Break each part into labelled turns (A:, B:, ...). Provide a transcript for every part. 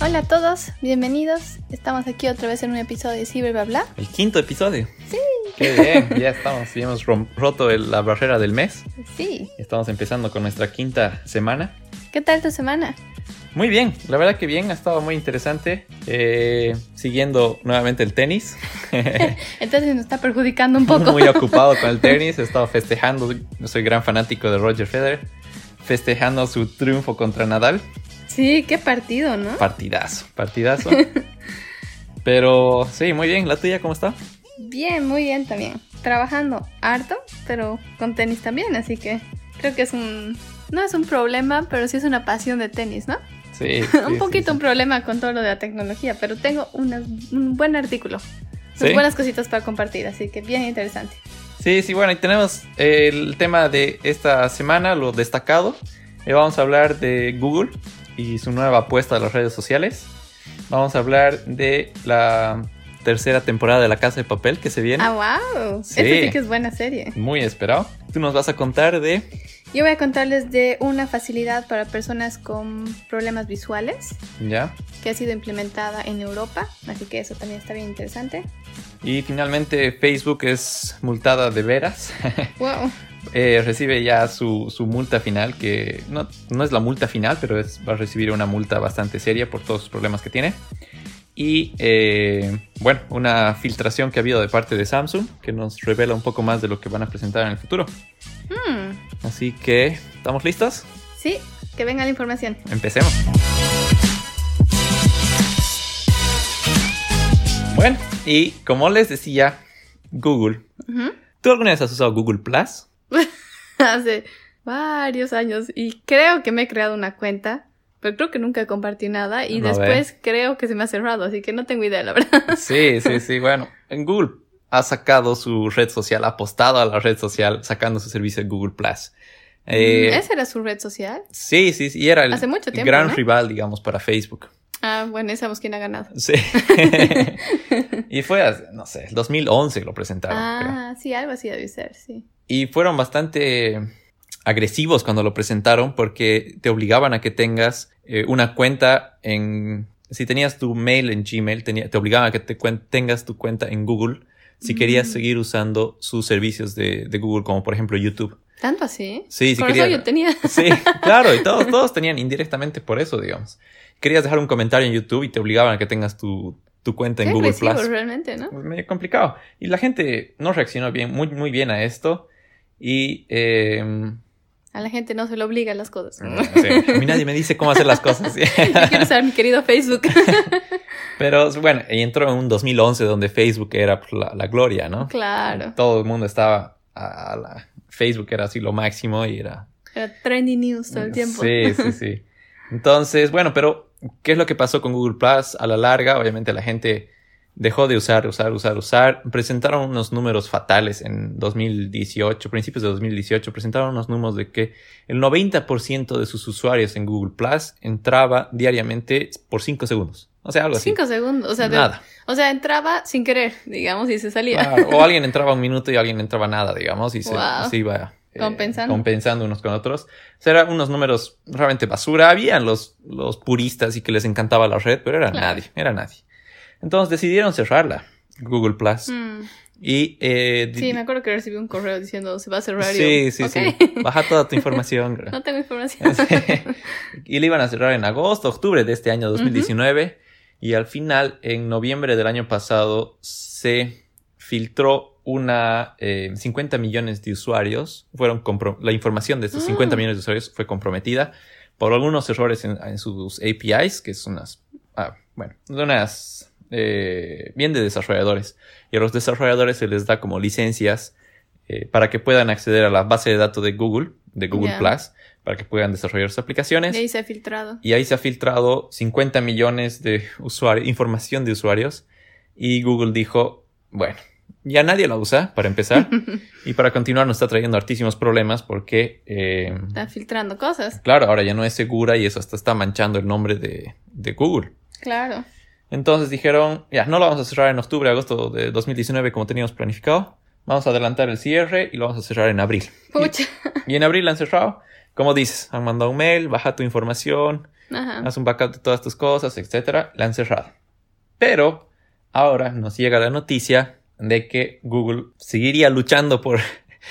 A: Hola a todos, bienvenidos. Estamos aquí otra vez en un episodio de Ciberbabla.
B: El quinto episodio.
C: Qué bien, ya estamos, ya hemos rom- roto el- la barrera del mes.
A: Sí,
C: Estamos empezando con nuestra quinta semana.
A: ¿qué tal tu semana?
C: Muy bien, la verdad que bien, ha estado muy interesante. Eh, siguiendo nuevamente el tenis,
A: Entonces nos está perjudicando un poco.
C: muy ocupado con el tenis, he estado festejando, yo soy gran fanático de Roger Federer, festejando su triunfo contra Nadal.
A: Sí, qué partido, ¿no?
C: Partidazo, partidazo. Pero sí, muy bien, ¿la tuya cómo está?
A: Bien, muy bien también. Trabajando harto, pero con tenis también, así que creo que es un... No es un problema, pero sí es una pasión de tenis, ¿no?
C: Sí.
A: un poquito un problema con todo lo de la tecnología, pero tengo unas- un buen artículo. Unas
C: ¿Sí?
A: buenas cositas para compartir, así que bien interesante.
C: Sí, sí, bueno, y tenemos el tema de esta semana, lo destacado. Eh, vamos a hablar de Google y su nueva apuesta a las redes sociales. Vamos a hablar de la tercera temporada de La Casa de Papel que se viene.
A: Ah, wow.
C: Sí.
A: Esta sí que es buena serie.
C: Muy esperado. Tú nos vas a contar de...
A: Yo voy a contarles de una facilidad para personas con problemas visuales
C: Ya.
A: que ha sido implementada en Europa, así que eso también está bien interesante.
C: Y finalmente Facebook es multada de veras.
A: Wow.
C: Eh, recibe ya su, su multa final, que no, no es la multa final, pero es, va a recibir una multa bastante seria por todos los problemas que tiene. Y eh, bueno, una filtración que ha habido de parte de Samsung, que nos revela un poco más de lo que van a presentar en el futuro.
A: Hmm.
C: Así que, ¿estamos listos?
A: Sí, que venga la información.
C: Empecemos. Bueno, y como les decía, Google.
A: Ujú.
C: ¿Tú alguna vez has usado Google Plus?
A: Hace varios años y creo que me he creado una cuenta, pero creo que nunca compartí nada y
C: No,
A: después creo que se me ha cerrado, así que no tengo idea, la verdad.
C: Sí, sí, sí. Bueno, en Google ha sacado su red social, ha apostado a la red social, sacando su servicio de Google Plus. Eh,
A: ¿Esa era su red social?
C: Sí, sí, sí. Y era el
A: Mm, Hace mucho tiempo,
C: gran
A: ¿no?
C: rival, digamos, para Facebook.
A: Ah, bueno, esa sabemos quién ha ganado.
C: Sí. y fue, hace, no sé, el 2011 que lo presentaron. creo.
A: Ah, sí, algo así debe ser, sí.
C: Y fueron bastante agresivos cuando lo presentaron porque te obligaban a que tengas eh, una cuenta en... Si tenías tu mail en Gmail, tenía- te obligaban a que te cuen- tengas tu cuenta en Google si querías
A: Mm.
C: seguir usando sus servicios de, de Google, como por ejemplo YouTube.
A: ¿Tanto así?
C: Sí, si
A: Por eso yo
C: querías...
A: tenía...
C: Sí, claro, y todos, todos tenían indirectamente por eso, digamos. Querías dejar un comentario en YouTube y te obligaban a que tengas tu, tu cuenta en
A: Qué
C: Google
A: agresivos
C: Plus.
A: realmente, ¿no?
C: Pues medio complicado. Y la gente no reaccionó bien, muy, muy bien a esto. Y eh,
A: A la gente no se le obliga las cosas.
C: sí, a mí nadie me dice cómo hacer las cosas.
A: Yo quiero usar mi querido Facebook.
C: Pero bueno, y entró en un 2011 donde Facebook era pues, la, la gloria, ¿no?
A: claro.
C: Todo el mundo estaba a, a la... Facebook era así lo máximo y era...
A: Era trendy news todo el tiempo.
C: Sí, sí, sí. Entonces, bueno, pero ¿qué es lo que pasó con Google Plus? A la larga, obviamente la gente dejó de usar, usar, usar, usar. Presentaron unos números fatales en 2018, principios de 2018, presentaron unos números de que el 90% de sus usuarios en Google Plus entraba diariamente por 5 segundos. O sea, algo así.
A: Cinco segundos. O sea, de-
C: Nada.
A: o sea, entraba sin querer, digamos, y se salía.
C: Claro, Ah, O alguien entraba un minuto y alguien entraba nada, digamos, y se,
A: Wow.
C: se iba eh,
A: Compensando.
C: compensando unos con otros. O sea, eran unos números realmente basura. Habían los, los puristas y que les encantaba la red, pero era
A: Claro.
C: nadie, era nadie. Entonces decidieron cerrarla, Google Plus.
A: Mm.
C: Ah. Y, eh, di-
A: Sí, me acuerdo que recibí un correo diciendo se va a cerrar.
C: sí,
A: y yo,
C: sí,
A: "Ok".
C: sí. Baja toda tu información. girl.
A: No tengo información.
C: y le iban a cerrar en agosto, octubre de este año 2019. Y al final, en noviembre del año pasado, se filtró una eh, 50 millones de usuarios. Fueron compro- la información de estos 50
A: Ah.
C: millones de usuarios fue comprometida por algunos errores en, en sus APIs, que es unas, ah, bueno, de unas eh, bien de desarrolladores. Y a los desarrolladores se les da como licencias eh, para que puedan acceder a la base de datos de Google, de Google
A: Ya.
C: Plus, para que puedan desarrollar sus aplicaciones.
A: Y ahí se ha filtrado.
C: Y ahí se ha filtrado 50 millones de usuarios, información de usuarios. Y Google dijo, bueno, ya nadie la usa para empezar. y para continuar nos está trayendo hartísimos problemas porque, eh,
A: Está filtrando cosas.
C: claro, ahora ya no es segura y eso hasta está manchando el nombre de, de Google.
A: Claro.
C: Entonces dijeron, ya, no lo vamos a cerrar en octubre, agosto de 2019 como teníamos planificado. Vamos a adelantar el cierre y lo vamos a cerrar en abril.
A: Pucha.
C: Y en abril la han cerrado. Como dices, han mandado un mail, baja tu información,
A: Ajá.
C: haz un backup de todas tus cosas, etcétera, la han cerrado. Pero ahora nos llega la noticia de que Google seguiría luchando por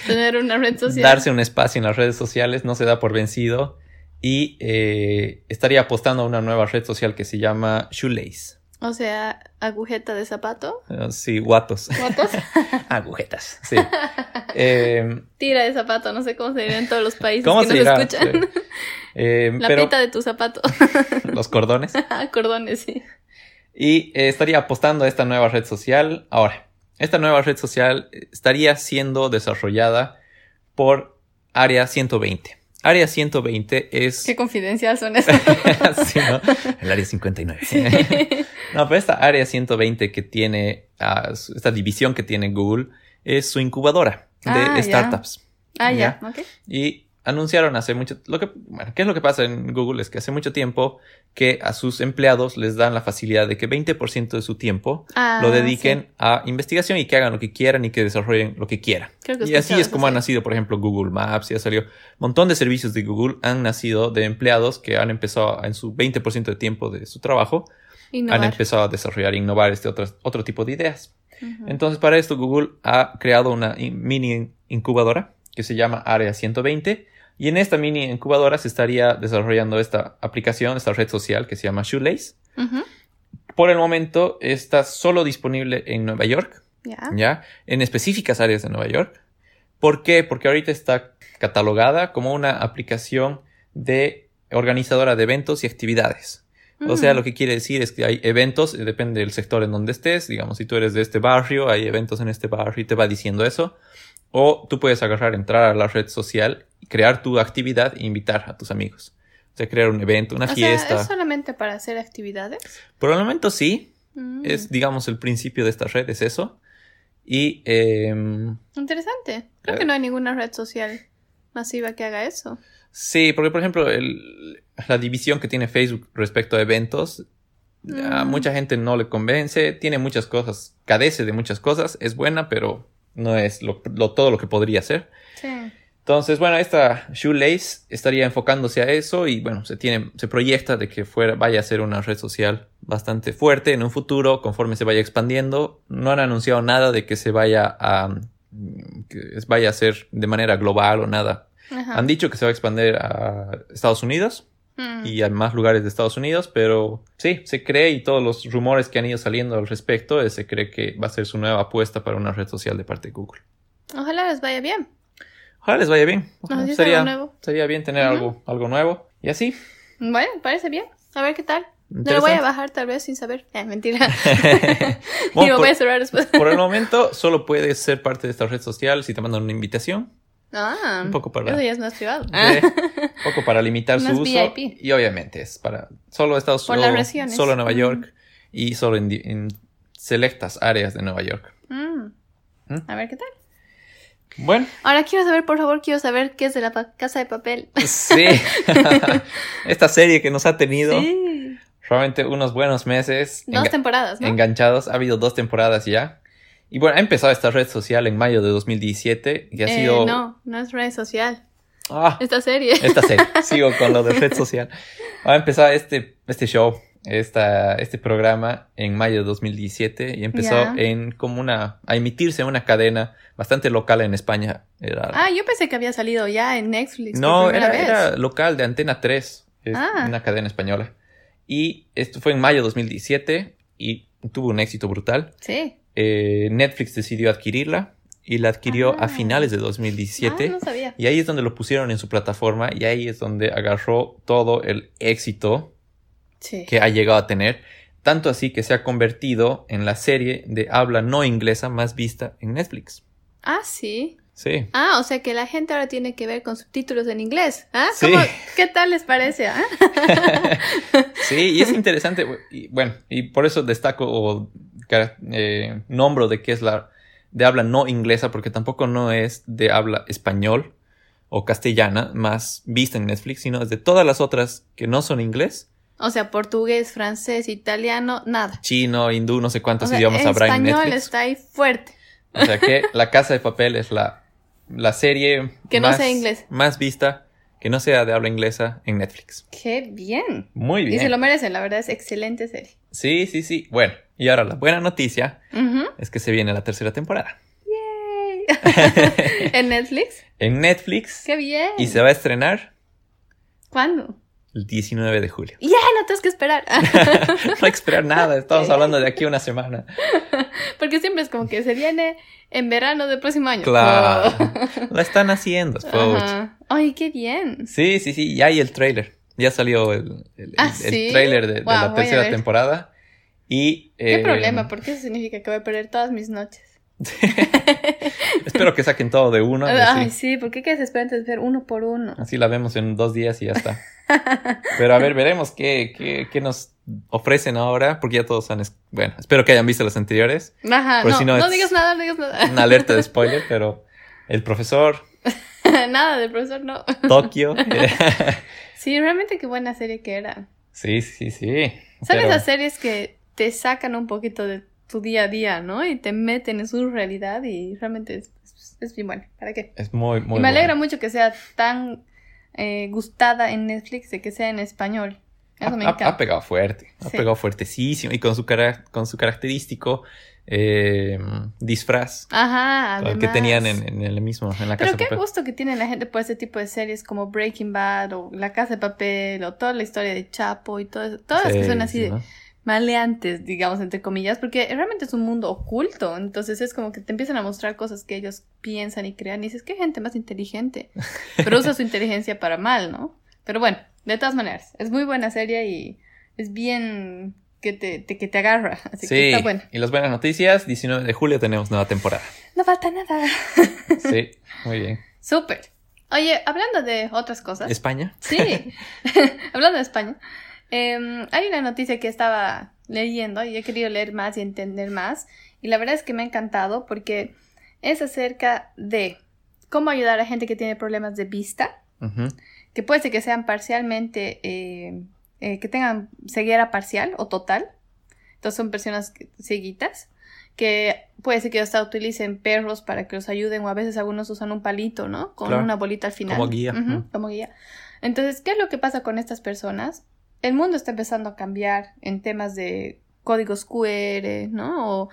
A: Tener una red social.
C: darse un espacio en las redes sociales, no se da por vencido y eh, estaría apostando a una nueva red social que se llama Shoelace.
A: O sea, agujeta de zapato.
C: Eh, Sí, guatos.
A: ¿Guatos?
C: Agujetas, sí. Eh,
A: Tira de zapato, no sé cómo se dirá en todos los países
C: ¿Cómo
A: que
C: se
A: nos
C: dirá?
A: escuchan.
C: Sí. Eh,
A: La
C: pero
A: pita de tu zapato.
C: los cordones.
A: Ah, Cordones, sí.
C: Y eh, estaría apostando a esta nueva red social. Ahora, esta nueva red social eh, estaría siendo desarrollada por Área 120. Área 120 es...
A: Qué confidencial son eso.
C: Sí, ¿no? El Área 59.
A: Sí.
C: no, pero esta Área 120 que tiene, ah, su- esta división que tiene Google, es su incubadora de
A: Ah, ya.
C: startups.
A: Ah, ya. ok.
C: Y anunciaron hace mucho... Lo que, bueno, ¿qué es lo que pasa en Google? Es que hace mucho tiempo que a sus empleados les dan la facilidad de que 20% de su tiempo
A: Ah,
C: lo
A: sí.
C: dediquen a investigación y que hagan lo que quieran y que desarrollen lo que quieran.
A: Creo que
C: Y así
A: escuchaba
C: es
A: eso,
C: como ha
A: sí.
C: nacido, por ejemplo, Google Maps, ya salió un montón de servicios de Google, han nacido de empleados que han empezado a- en su 20% de tiempo de su trabajo, han
A: Innovar.
C: empezado a desarrollar e innovar este otro, otro tipo de ideas.
A: Ujú.
C: Entonces, para esto, Google ha creado una in- mini incubadora que se llama Área 120. Y en esta mini incubadora se estaría desarrollando esta aplicación, esta red social que se llama Shoelace.
A: Ujú.
C: Por el momento está solo disponible en Nueva York,
A: Ya.
C: ¿ya? En específicas áreas de Nueva York. ¿Por qué? Porque ahorita está catalogada como una aplicación de organizadora de eventos y actividades. O
A: Mm.
C: sea, lo que quiere decir es que hay eventos, eh, depende del sector en donde estés. Digamos, si tú eres de este barrio, hay eventos en este barrio y te va diciendo eso. O tú puedes agarrar, entrar a la red social, crear tu actividad e invitar a tus amigos. O sea, crear un evento, una
A: O sea,
C: fiesta.
A: ¿es solamente para hacer actividades?
C: Por el momento sí,
A: Mm,
C: es, digamos, el principio de esta red, es eso. Y em,
A: Interesante. Creo que no hay ninguna red social masiva que haga eso.
C: sí, porque por ejemplo, el- la división que tiene Facebook respecto a eventos, a
A: Mm.
C: mucha gente no le convence, tiene muchas cosas, carece de muchas cosas, es buena, pero no es lo- lo- todo lo que podría ser.
A: Sí.
C: Entonces, bueno, esta Shoelace estaría enfocándose a eso y bueno, se tiene, se proyecta de que fuera, vaya a ser una red social bastante fuerte en un futuro, conforme se vaya expandiendo. No han anunciado nada de que se vaya a mm, que es- vaya a ser de manera global o nada.
A: Ajá.
C: Han dicho que se va a expandir a Estados Unidos
A: Mm.
C: y a más lugares de Estados Unidos, pero sí, se cree y todos los rumores que han ido saliendo al respecto, eh, se cree que va a ser su nueva apuesta para una red social de parte de Google.
A: Ojalá les vaya bien.
C: Ojalá les vaya bien.
A: Nos dice
C: Sería-
A: Ah, algo nuevo.
C: Sería bien tener
A: Ujú.
C: algo, algo nuevo. Y así.
A: Bueno, parece bien. A ver qué tal. No lo voy a
C: interesante.
A: bajar tal vez sin saber. Eh, mentira. Digo, pues.
C: Bueno, por,
A: voy a cerrar después.
C: por el momento, solo puedes ser parte de esta red social si te mandan una invitación.
A: Ah,
C: Un poco para-
A: Eso ya es más privado.
C: de- un poco para limitar
A: No es
C: su uso.
A: VIP.
C: Y obviamente es para solo Estados
A: Por
C: solo-
A: las regiones.
C: Solo Nueva
A: Ujú.
C: York y solo en, di- en selectas áreas de Nueva York.
A: Mm.
C: ¿Mm?
A: A ver qué tal.
C: Bueno,
A: Ahora quiero saber, por favor, quiero saber qué es de la pa- casa de papel.
C: sí. Esta serie que nos ha tenido
A: Sí.
C: realmente unos buenos meses.
A: Dos
C: enga-
A: temporadas, ¿no?
C: enganchados. Ha habido dos temporadas ya. Y bueno, ha empezado esta red social en mayo de 2017 y ha
A: Eh,
C: sido...
A: No, no es red social.
C: Ah,
A: Esta serie.
C: esta serie. Sigo con lo de red social. Ha empezado este, este show, esta, este programa en mayo de 2017 y empezó
A: Ya.
C: en como una, a emitirse en una cadena bastante local en España. Era-
A: Ah, yo pensé que había salido ya en Netflix.
C: no,
A: por primera
C: era,
A: vez.
C: era local de Antena 3, es
A: Ah.
C: una cadena española. Y esto fue en mayo de 2017 y tuvo un éxito brutal.
A: Sí.
C: Eh, Netflix decidió adquirirla y la adquirió
A: Ah.
C: a finales de
A: Ah,
C: 2017.
A: no sabía.
C: Y ahí es donde lo pusieron en su plataforma y ahí es donde agarró todo el éxito
A: Sí.
C: que ha llegado a tener. Tanto así que se ha convertido en la serie de habla no inglesa más vista en Netflix.
A: Ah, sí.
C: Sí.
A: Ah, o sea que la gente ahora tiene que ver con subtítulos en inglés. ¿Ah?
C: Sí.
A: ¿Cómo- ¿Qué tal les parece? ah?
C: Sí, y es interesante. bu- Y, bueno, y por eso destaco o cara- eh, nombro de que es la de habla no inglesa, porque tampoco no es de habla español o castellana más vista en Netflix, sino es de todas las otras que no son inglés,
A: O sea, portugués, francés, italiano, nada.
C: chino, hindú, no sé
A: O
C: cuántos
A: sea,
C: idiomas
A: el
C: habrá en
A: español
C: Netflix.
A: está ahí fuerte.
C: O sea que La Casa de Papel es la, la serie
A: Que no sea inglés.
C: más vista que no sea de habla inglesa en Netflix.
A: Qué bien.
C: Muy bien.
A: Y se lo merecen, la verdad es excelente serie.
C: Sí, sí, sí. Bueno, y ahora la buena noticia
A: Ujú.
C: es que se viene la tercera temporada
A: Yay. en Netflix.
C: en Netflix
A: Qué bien.
C: y se va a estrenar
A: ¿Cuándo?
C: el 19 de julio.
A: Ya, no tienes que esperar.
C: no hay que esperar nada, estamos
A: Ok.
C: hablando de aquí a una semana.
A: Porque siempre es como que se viene en verano del próximo año.
C: Claro.
A: Oh.
C: La están haciendo, Spouch.
A: Ajá. Ay, qué bien.
C: Sí, sí, sí, ya hay el trailer. Ya salió el, el,
A: Ah,
C: el- el
A: ¿sí?
C: trailer de, de
A: Guau,
C: la
A: voy a
C: tercera
A: ver.
C: temporada. Y,
A: ¿Qué
C: eh,
A: problema? Porque eso significa que voy a perder todas mis noches.
C: Espero que saquen todo de uno. y
A: Ay,
C: así,
A: sí, porque qué desesperante es ver uno por uno.
C: Ah, pues así la vemos en dos días y ya está. Pero a ver, veremos qué, qué, qué nos ofrecen ahora, porque ya todos han... es- Bueno, espero que hayan visto los anteriores.
A: Ajá,
C: Por
A: no,
C: Pues si no
A: no
C: es-
A: digas nada, no digas
C: Una
A: nada.
C: alerta de spoiler, pero el profesor,
A: nada del profesor, no.
C: Tokio.
A: Sí, realmente qué buena serie que era.
C: sí, sí, sí.
A: Son
C: Pero-
A: esas series que te sacan un poquito de tu día a día, ¿no? Y te meten en su realidad y realmente es, es- es bien bueno. ¿Para qué?
C: Es muy, muy...
A: y me alegra
C: bueno.
A: mucho que sea tan eh, gustada en Netflix de que sea en español. Eso
C: Ha-
A: me
C: ha-
A: encanta.
C: Ha, pegado fuerte, ha
A: Sí.
C: pegado fuertesísimo y con su, cara- con su característico eh, disfraz
A: Ajá,
C: con el
A: además.
C: Ah, que tenían en, en el mismo, en la casa
A: Pero
C: de
A: qué
C: papel.
A: gusto que tiene la gente por ese tipo de series como Breaking Bad o La Casa de Papel o toda la historia de Chapo y todo eso. Todas las que
C: Sí,
A: son así
C: sí,
A: de
C: ¿no?
A: maleantes, digamos, entre comillas, porque realmente es un mundo oculto. Entonces es como que te empiezan a mostrar cosas que ellos piensan y crean. Y dices, qué gente más inteligente. Pero usa su inteligencia para mal, ¿no? Pero bueno, de todas maneras, es muy buena serie y es bien que te, te- que te agarra. Así
C: Sí,
A: que está buena.
C: y las buenas noticias, 19 de julio tenemos nueva temporada.
A: No falta nada.
C: Sí, muy bien.
A: Súper. Oye, hablando de otras cosas.
C: España.
A: Sí, hablando de España, eh, hay una noticia que estaba leyendo y he querido leer más y entender más. Y la verdad es que me ha encantado porque es acerca de cómo ayudar a gente que tiene problemas de vista,
C: Ujú.
A: que puede ser que sean parcialmente, eh, eh, que tengan ceguera parcial o total. Entonces son personas que- cieguitas, que puede ser que hasta utilicen perros para que los ayuden o a veces algunos usan un palito, ¿no? Con
C: Claro.
A: una bolita al final.
C: Como guía.
A: Ujú,
C: Mm.
A: Como guía. Entonces, ¿qué es lo que pasa con estas personas? El mundo está empezando a cambiar en temas de códigos QR, ¿no? O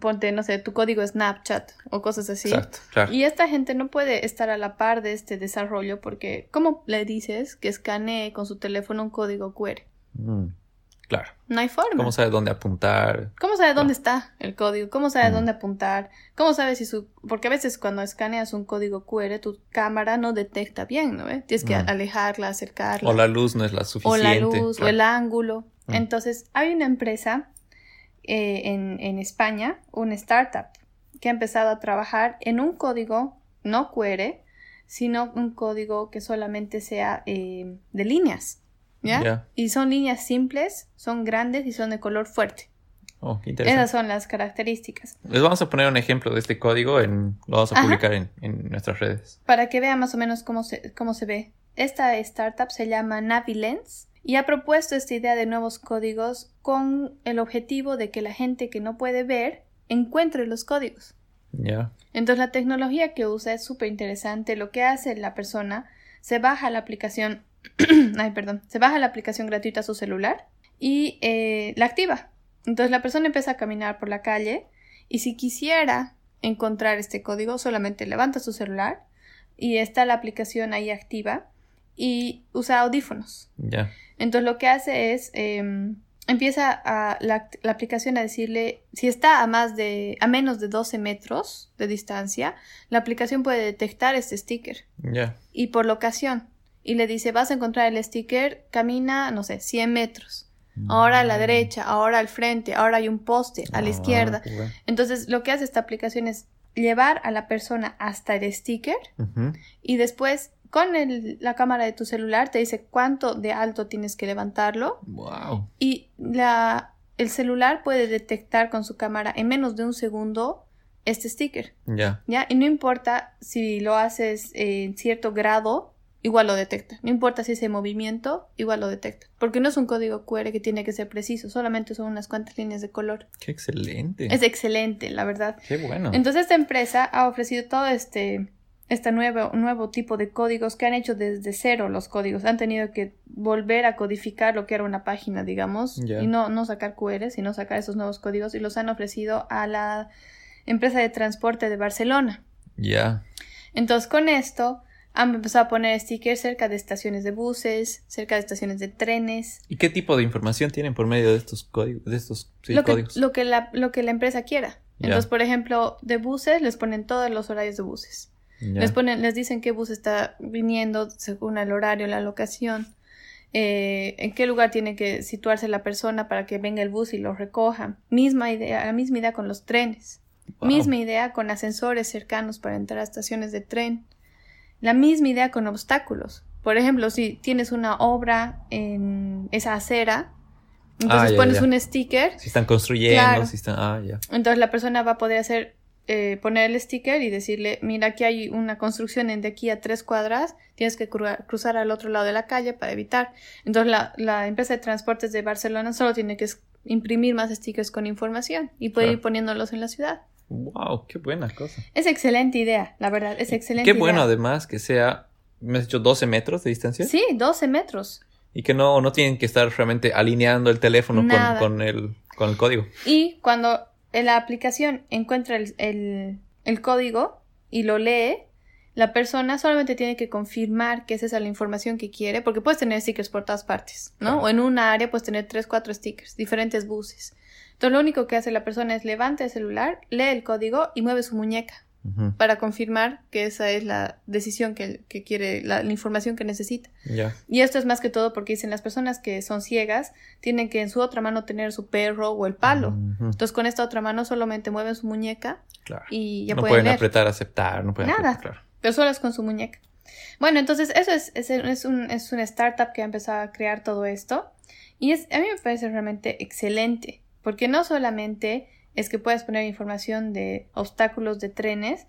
A: ponte, no sé, tu código Snapchat o cosas así.
C: Exacto, claro.
A: Y esta gente no puede estar a la par de este desarrollo porque, ¿cómo le dices que escanee con su teléfono un código QR?
C: Mm, Claro.
A: No hay forma.
C: ¿Cómo sabe dónde apuntar?
A: ¿Cómo sabe dónde está el código? ¿Cómo sabe
C: Mm.
A: dónde apuntar? ¿Cómo sabe si su...? Porque a veces cuando escaneas un código QR, tu cámara no detecta bien, ¿no? ve? Tienes que
C: Mm.
A: alejarla, acercarla.
C: O la luz no es la
A: o la
C: suficiente.
A: luz, o
C: claro.
A: el ángulo.
C: Mm.
A: Entonces, hay una empresa eh, en, en España, una startup, que ha empezado a trabajar en un código, no QR, sino un código que solamente sea eh, de líneas. ¿Ya?
C: Ya.
A: Y son líneas simples, son grandes y son de color fuerte.
C: Oh, qué interesante.
A: Esas son las características.
C: Les vamos a poner un ejemplo de este código, en, lo vamos a
A: Ajá.
C: publicar en, en nuestras redes.
A: Para que vean más o menos cómo se, cómo se ve. Esta startup se llama NaviLens y ha propuesto esta idea de nuevos códigos con el objetivo de que la gente que no puede ver encuentre los códigos.
C: Ya.
A: Entonces la tecnología que usa es súper interesante. Lo que hace la persona, se baja la aplicación, ay, perdón, se baja la aplicación gratuita a su celular y eh, la activa. Entonces la persona empieza a caminar por la calle y si quisiera encontrar este código, solamente levanta su celular y está la aplicación ahí activa y usa audífonos.
C: Ya.
A: Entonces lo que hace es eh, empieza a la, la aplicación a decirle si está a más de a menos de 12 metros de distancia, la aplicación puede detectar este sticker
C: Ya.
A: y por locación y le dice vas a encontrar el sticker, camina no sé 100 metros, ahora a la derecha, ahora al frente, ahora hay un poste a la
C: Ah,
A: izquierda.
C: qué bueno.
A: Entonces lo que hace esta aplicación es llevar a la persona hasta el sticker
C: Ujú.
A: y después con el- la cámara de tu celular te dice cuánto de alto tienes que levantarlo
C: Wow.
A: y la, el celular puede detectar con su cámara en menos de un segundo este sticker,
C: Ya.
A: ¿ya? Y no importa si lo haces en cierto grado, igual lo detecta. No importa si es en movimiento, igual lo detecta. Porque no es un código QR que tiene que ser preciso, solamente son unas cuantas líneas de color.
C: Qué excelente.
A: Este, Es excelente, la verdad.
C: Qué bueno.
A: Entonces esta empresa ha ofrecido todo este este nuevo, nuevo tipo de códigos que han hecho desde cero los códigos. Han tenido que volver a codificar lo que era una página, digamos,
C: Ya.
A: y no, no sacar QR, sino sacar esos nuevos códigos y los han ofrecido a la empresa de transporte de Barcelona.
C: Ya.
A: Entonces, con esto, han empezado a poner stickers cerca de estaciones de buses, cerca de estaciones de trenes.
C: ¿Y qué tipo de información tienen por medio de estos códigos? De estos sí,
A: lo, que,
C: códigos.
A: lo, que la, lo que la empresa quiera.
C: Ya.
A: Entonces, por ejemplo, de buses les ponen todos los horarios de buses.
C: Ya.
A: Les, ponen, les dicen qué bus está viniendo según el horario, la locación, eh, en qué lugar tiene que situarse la persona para que venga el bus y lo recoja. Misma idea, la misma idea con los trenes.
C: Wow.
A: Misma idea con ascensores cercanos para entrar a estaciones de tren. La misma idea con obstáculos. Por ejemplo, si tienes una obra en esa acera, entonces
C: Ah, ya,
A: pones
C: ya.
A: un sticker
C: Si están construyendo,
A: Claro.
C: si están. Ah, ya.
A: entonces la persona va a poder hacer, eh, poner el sticker y decirle, mira, aquí hay una construcción en de aquí a tres cuadras, tienes que cru- cruzar al otro lado de la calle para evitar. Entonces la, la empresa de transportes de Barcelona solo tiene que es- imprimir más stickers con información y puede
C: Claro.
A: ir poniéndolos en la ciudad.
C: Wow, qué buena cosa.
A: Es excelente idea, la verdad, es excelente
C: Qué
A: idea.
C: bueno, además, que sea. Me has dicho 12 metros de distancia.
A: Sí, 12 metros.
C: Y que no, no tienen que estar realmente alineando el teléfono con,
A: Nada.
C: con el, con el código.
A: Y cuando la aplicación encuentra el, el- el código y lo lee, la persona solamente tiene que confirmar que es esa la información que quiere, porque puedes tener stickers por todas partes, ¿no?
C: Claro.
A: O en una área puedes tener tres, cuatro stickers, diferentes buses. Entonces lo único que hace la persona es levanta el celular, lee el código y mueve su muñeca
C: Ujú,
A: para confirmar que esa es la decisión que, que quiere, la- la información que necesita.
C: Ya.
A: Y esto es más que todo porque dicen las personas que son ciegas tienen que en su otra mano tener su perro o el palo.
C: Ujú,
A: Entonces con esta otra mano solamente mueven su muñeca
C: Claro.
A: y ya
C: no
A: pueden
C: pueden
A: leer,
C: apretar, aceptar, no pueden
A: Nada.
C: apretar, claro.
A: pero solo es con su muñeca. Bueno, entonces eso es, es, es un, es una startup que ha empezado a crear todo esto y es, a mí me parece realmente excelente porque no solamente es que puedes poner información de obstáculos de trenes,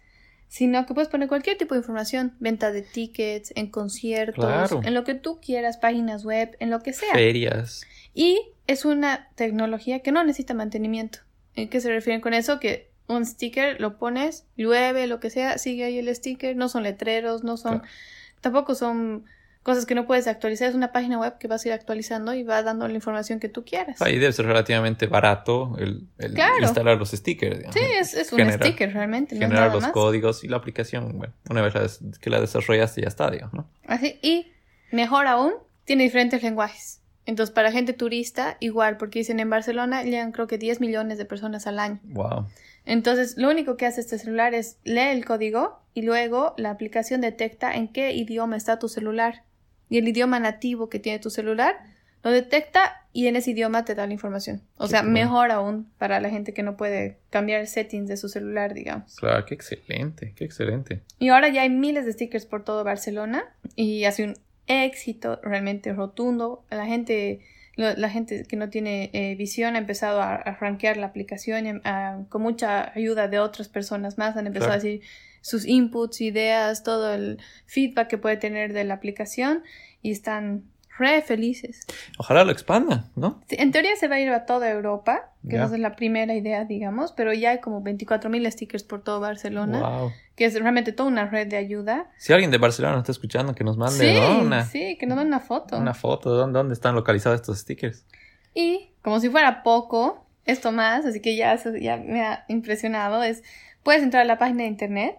A: sino que puedes poner cualquier tipo de información, venta de tickets, en conciertos,
C: Claro.
A: en lo que tú quieras, páginas web, en lo que sea.
C: Ferias.
A: Y es una tecnología que no necesita mantenimiento. ¿En qué se refieren con eso? Que un sticker lo pones, llueve, lo que sea, sigue ahí el sticker, no son letreros, no son,
C: Claro.
A: tampoco son cosas que no puedes actualizar, es una página web que vas a ir actualizando y va dando la información que tú quieras.
C: Ahí Ah, debe ser relativamente barato el, el
A: Claro.
C: instalar los stickers. digamos.
A: Sí, es, es un
C: Generar-
A: sticker realmente, no es
C: Generar
A: nada
C: los
A: más.
C: códigos y la aplicación. Bueno, una vez la des- que la desarrollaste, ya está, digamos. ¿no?
A: Así, y mejor aún, tiene diferentes lenguajes. Entonces, para gente turista, igual, porque dicen en Barcelona llegan creo que 10 millones de personas al año.
C: Wow.
A: Entonces, lo único que hace este celular es lee el código y luego la aplicación detecta en qué idioma está tu celular. Y el idioma nativo que tiene tu celular lo detecta y en ese idioma te da la información. O
C: Qué
A: sea,
C: bueno.
A: mejor aún para la gente que no puede cambiar settings de su celular, digamos.
C: Claro, qué excelente, qué excelente.
A: Y ahora ya hay miles de stickers por todo Barcelona y hace un éxito realmente rotundo. La gente, lo- la gente que no tiene eh, visión ha empezado a, a rankear la aplicación y, ah, con mucha ayuda de otras personas más. Han empezado
C: Claro.
A: a decir sus inputs, ideas, todo el feedback que puede tener de la aplicación y están re felices.
C: Ojalá lo expandan, ¿no?
A: Sí, En teoría se va a ir a toda Europa, que
C: Ya.
A: esa es la primera idea, digamos, pero ya hay como 24.000 stickers por todo Barcelona,
C: Wow.
A: que es realmente toda una red de ayuda.
C: Si alguien de Barcelona nos está escuchando, que nos mande
A: Sí,
C: ¿no? una,
A: sí, que nos den una foto.
C: una foto de dónde, dónde están localizados estos stickers.
A: Y como si fuera poco, esto más, así que ya, eso ya me ha impresionado, es, puedes entrar a la página de internet.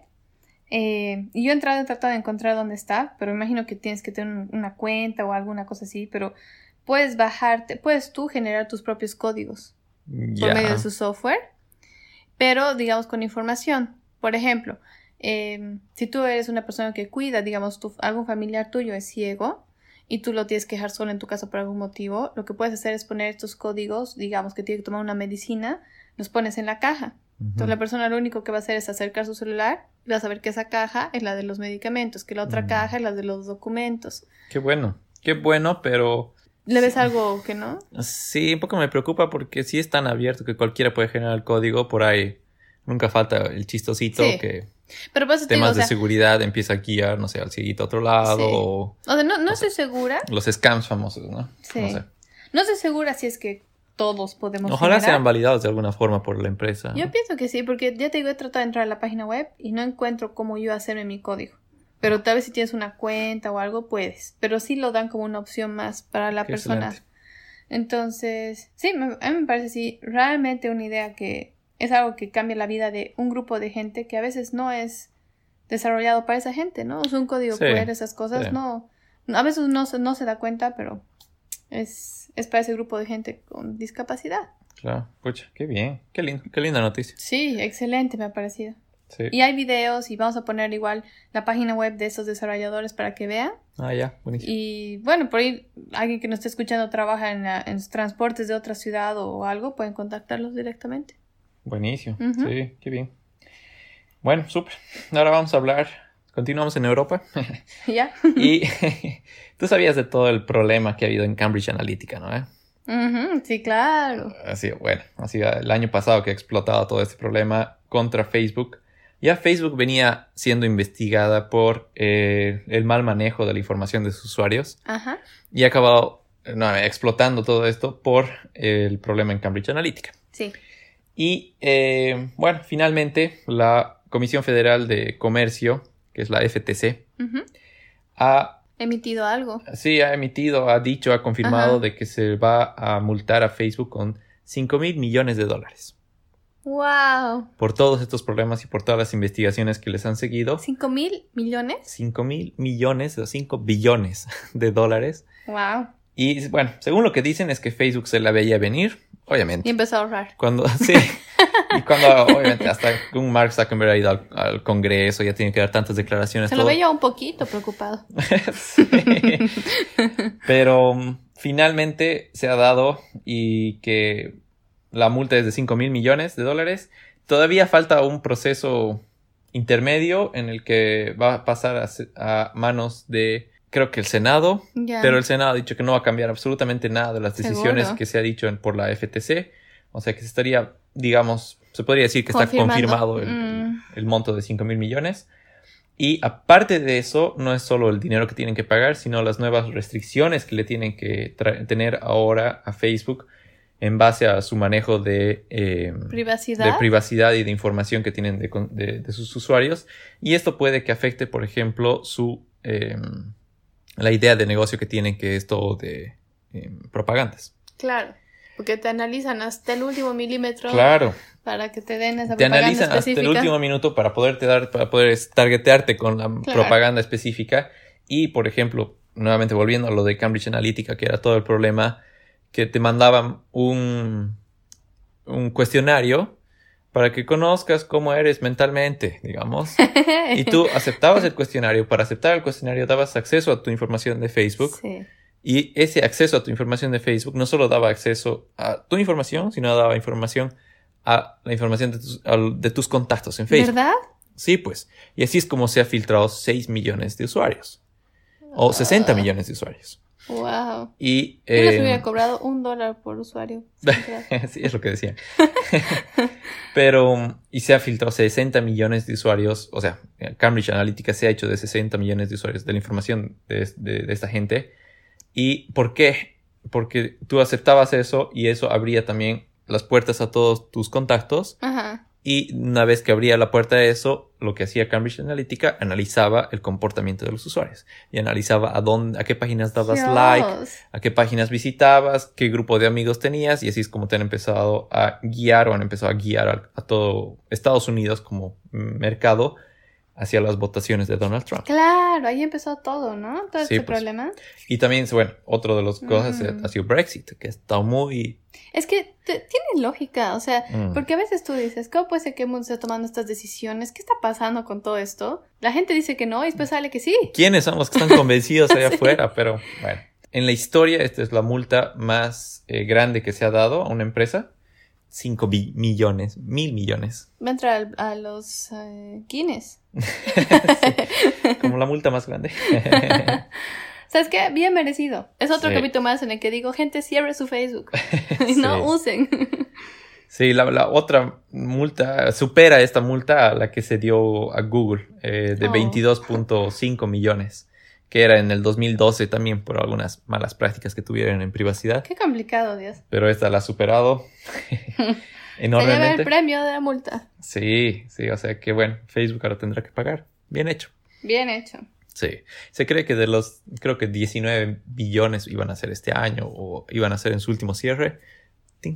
A: eh, y yo he entrado, he tratado de encontrar dónde está, pero imagino que tienes que tener un- una cuenta o alguna cosa así, pero puedes bajarte, puedes tú generar tus propios códigos por
C: Ya.
A: medio de su software, pero digamos con información. Por ejemplo, eh, si tú eres una persona que cuida, digamos, tu, algún familiar tuyo es ciego y tú lo tienes que dejar solo en tu casa por algún motivo, lo que puedes hacer es poner estos códigos, digamos, que tiene que tomar una medicina, los pones en la caja. Entonces la
C: Ujú.
A: persona lo único que va a hacer es acercar su celular y va a saber que esa caja es la de los medicamentos, que la otra
C: Mm.
A: caja es la de los documentos.
C: Qué bueno, qué bueno, pero
A: ¿Le ves algo que no?
C: Sí, un poco me preocupa porque sí es tan abierto que cualquiera puede generar el código por ahí. Nunca falta el chistosito
A: Sí,
C: que
A: Pero por eso te digo,
C: temas
A: o sea,
C: de seguridad empieza a guiar, no sé, al siguiente a otro lado
A: Sí.
C: o
A: o sea, no, no estoy segura,
C: los scams famosos, ¿no?
A: Sí.
C: No sé.
A: No estoy segura si es que todos podemos
C: Ojalá
A: generar.
C: sean validados de alguna forma por la empresa.
A: Yo pienso que sí, porque ya te digo, he tratado de entrar a la página web y no encuentro cómo yo hacerme mi código.
C: Ah.
A: Pero tal vez si tienes una cuenta o algo, puedes. Pero sí lo dan como una opción más para la
C: Qué
A: persona.
C: excelente.
A: Entonces, sí, me- a mí me parece sí, realmente una idea que es algo que cambia la vida de un grupo de gente que a veces no es desarrollado para esa gente, ¿no? Es un código
C: Sí,
A: QR, esas cosas,
C: sí.
A: no. A veces no, se- no se da cuenta, pero es, es para ese grupo de gente con discapacidad.
C: Claro, pucha, qué bien. Qué, lindo, qué linda noticia.
A: Sí, excelente me ha parecido.
C: Sí.
A: Y hay videos y vamos a poner igual la página web de esos desarrolladores para que vean.
C: Ah, ya, buenísimo.
A: Y bueno, por ahí alguien que nos esté escuchando trabaja en, la- en los transportes de otra ciudad o algo, pueden contactarlos directamente.
C: Buenísimo.
A: Ujú.
C: Sí, qué bien. Bueno, súper. Ahora vamos a hablar. Continuamos en Europa.
A: ¿Ya?
C: y tú sabías de todo el problema que ha habido en Cambridge Analytica, ¿no? eh?
A: Ujú, sí, claro.
C: Así, bueno, así ah, el año pasado que ha explotado todo este problema contra Facebook. Ya Facebook venía siendo investigada por eh, el mal manejo de la información de sus usuarios
A: Ajá.
C: y ha acabado eh, no, explotando todo esto por el problema en Cambridge Analytica.
A: Sí.
C: Y eh, bueno, finalmente la Comisión Federal de Comercio, que es la FTC,
A: Ujú.
C: ha
A: Emitido algo.
C: Sí, ha emitido, ha dicho, ha confirmado
A: Ajá.
C: de que se va a multar a Facebook con 5 mil millones de dólares
A: ¡Wow!
C: por todos estos problemas y por todas las investigaciones que les han seguido.
A: ¿Cinco mil millones?
C: 5 mil millones o 5 billones de dólares.
A: ¡Wow!
C: Y bueno, según lo que dicen es que Facebook se la veía venir,
A: Y
C: obviamente.
A: empezó a ahorrar.
C: Cuando, sí, y cuando obviamente hasta un Mark Zuckerberg ha ido al, al Congreso, ya tiene que dar tantas declaraciones.
A: Se lo
C: todo.
A: veía un poquito preocupado.
C: Sí. Pero mm, finalmente se ha dado y que la multa es de 5 mil millones de dólares. Todavía falta un proceso intermedio en el que va a pasar a, se- a manos de, creo que el Senado.
A: Ya.
C: Pero el Senado ha dicho que no va a cambiar absolutamente nada de las decisiones
A: Seguro.
C: que se ha dicho en- por la FTC. O sea que se estaría, digamos, se podría decir que está
A: Confirmando.
C: confirmado el, el-
A: Mm.
C: el monto de 5 mil millones. Y aparte de eso, no es solo el dinero que tienen que pagar, sino las nuevas restricciones que le tienen que tra- tener ahora a Facebook en base a su manejo de, eh, de
A: Privacidad.
C: privacidad y de información que tienen de, con- de- de sus usuarios. Y esto puede que afecte, por ejemplo, su eh, la idea de negocio que tienen, que es todo de eh, propagandas.
A: claro. Porque te analizan hasta el último milímetro
C: Claro.
A: para que te den esa
C: te
A: propaganda
C: analizan hasta
A: específica.
C: el último minuto para poderte dar, para poder targetearte con la propaganda específica. Y por ejemplo, nuevamente volviendo a lo de Cambridge Analytica, que era todo el problema, que te mandaban un, un cuestionario para que conozcas cómo eres mentalmente, digamos. Y tú aceptabas el cuestionario. Para aceptar el cuestionario dabas acceso a tu información de Facebook.
A: Sí.
C: Y ese acceso a tu información de Facebook no solo daba acceso a tu información, sino daba información a la información de tus, al- de tus contactos en Facebook.
A: ¿Verdad?
C: Sí, pues. Y así es como se ha filtrado 6 millones de usuarios. O
A: Ah.
C: 60 millones de usuarios.
A: Wow.
C: Y...
A: Yo les
C: eh,
A: hubiera cobrado un dólar por usuario.
C: sí, es lo que decía. Pero, y se ha filtrado 60 millones de usuarios, o sea, Cambridge Analytica se ha hecho de 60 millones de usuarios de la información de, de- de esta gente. ¿Y por qué? Porque tú aceptabas eso y eso abría también las puertas a todos tus contactos.
A: Ajá.
C: Y una vez que abría la puerta a eso, lo que hacía Cambridge Analytica, analizaba el comportamiento de los usuarios y analizaba a dónde, a qué páginas dabas like,
A: Dios.
C: a qué páginas visitabas, qué grupo de amigos tenías, y así es como te han empezado a guiar o han empezado a guiar al- a, todo Estados Unidos como mercado hacia las votaciones de Donald Trump.
A: Claro, ahí empezó todo, ¿no? Todo este
C: Sí, pues.
A: problema.
C: Y también, bueno, otro de las cosas eh,
A: Mm.
C: ha sido Brexit, que está muy...
A: Es que te- tiene lógica, o sea,
C: mm,
A: porque a veces tú dices, ¿cómo puede ser que el mundo esté tomando estas decisiones? ¿Qué está pasando con todo esto? La gente dice que no y
C: Mm.
A: después sale que sí.
C: ¿Quiénes son los que están convencidos allá afuera? Pero bueno, en la historia esta es la multa más eh, grande que se ha dado a una empresa. 5 millones, mil millones.
A: Va a entrar al- a los eh, Guinness.
C: Como la multa más grande.
A: ¿Sabes qué? Bien merecido. Es otro
C: Sí.
A: capítulo más en el que digo, gente, cierre su Facebook. y no
C: Sí.
A: usen.
C: Sí, la, la otra multa supera esta multa a la que se dio a Google eh, de
A: Oh.
C: 22.5 millones, que era en el 2012 también por algunas malas prácticas que tuvieron en privacidad.
A: Qué complicado, Dios.
C: Pero esta la ha superado
A: Se lleva el
C: enormemente.
A: premio de la multa.
C: Sí, sí, o sea que bueno, Facebook ahora tendrá que pagar. Bien hecho.
A: Bien hecho.
C: Sí. Se cree que de los, creo que 19 billones iban a ser este año o iban a ser en su último cierre.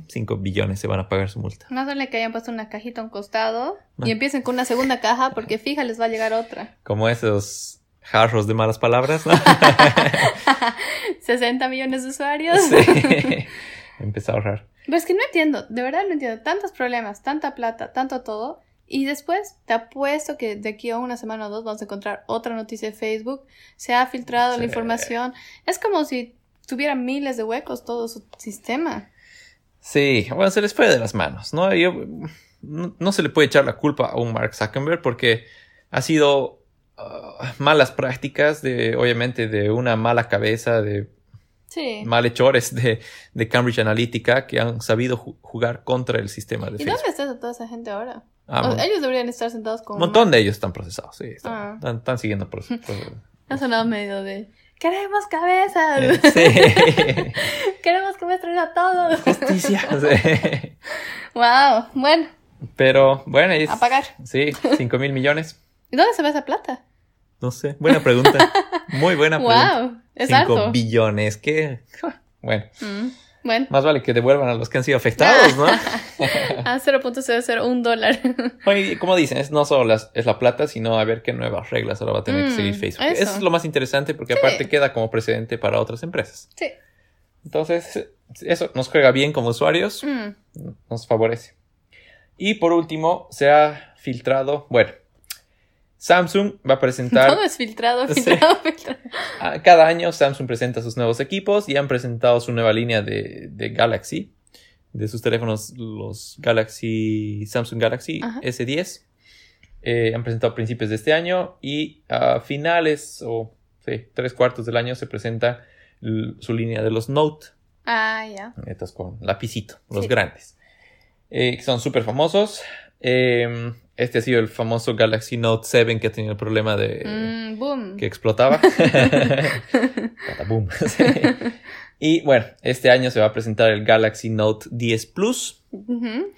C: 5 billones se van a pagar su multa.
A: No solo que hayan puesto una cajita a un costado
C: No.
A: y empiecen con una segunda caja porque fija les va a llegar otra.
C: Como esos jarros de malas palabras, ¿no?
A: 60 millones de usuarios.
C: Sí. Empecé a ahorrar.
A: Pero es que no entiendo, de verdad no entiendo. Tantos problemas, tanta plata, tanto todo. Y después te apuesto que de aquí a una semana o dos vamos a encontrar otra noticia de Facebook. Se ha filtrado
C: Sí.
A: la información. Es como si tuviera miles de huecos todo su sistema.
C: Sí, bueno, se les fue de las manos, ¿no? Yo- no, no se le puede echar la culpa a un Mark Zuckerberg porque ha sido ah, malas prácticas de, obviamente, de una mala cabeza, de
A: Sí.
C: malhechores de, de Cambridge Analytica que han sabido ju- jugar contra el sistema de
A: ¿Y
C: Facebook.
A: dónde está toda esa gente ahora?
C: Ah,
A: O-
C: mon-
A: ellos deberían estar sentados como...
C: un montón de ellos están procesados, sí, están,
A: Ah.
C: están- están siguiendo por,
A: Ha sonado medio de... ¡Queremos cabezas!
C: eh, Sí.
A: ¡Queremos que me traen a todos!
C: Justicia. sí.
A: ¡Wow! Bueno,
C: Pero bueno, es-
A: a pagar.
C: sí, 5 mil millones.
A: ¿Y dónde se va esa plata?
C: No sé, buena pregunta. Muy buena pregunta.
A: ¡Wow! Es
C: 5
A: harto.
C: billones, ¿qué? Bueno,
A: Mm, Bueno,
C: más vale que devuelvan a los que han sido afectados, ¿no?
A: a 0.001 dólar.
C: Oye, como dicen, es no solo las- es la plata, sino a ver qué nuevas reglas ahora va a tener que
A: Mm,
C: seguir Facebook.
A: eso.
C: Eso. es lo más interesante porque aparte queda como precedente para otras empresas.
A: sí.
C: Entonces, eso nos juega bien como usuarios,
A: Mm,
C: nos favorece. Y por último, se ha filtrado, bueno, Samsung va a presentar,
A: Todo es filtrado,
C: Sí.
A: filtrado, filtrado.
C: a- Ah, cada año Samsung presenta sus nuevos equipos y han presentado su nueva línea de, de Galaxy, de sus teléfonos, los Galaxy, Samsung Galaxy
A: Ajá.
C: S10. Eh, han presentado a principios de este año y a finales o sí, tres cuartos del año se presenta l- su línea de los Note,
A: Ah, ya.
C: estos con lapicito, los
A: Sí.
C: grandes, eh, que son súper famosos. Eh, este ha sido el famoso Galaxy Note 7 que ha tenido el problema de
A: Mm, boom.
C: Eh, que explotaba. Cataboom. Sí. Y bueno, este año se va a presentar el Galaxy Note 10 Plus.
A: Ujú.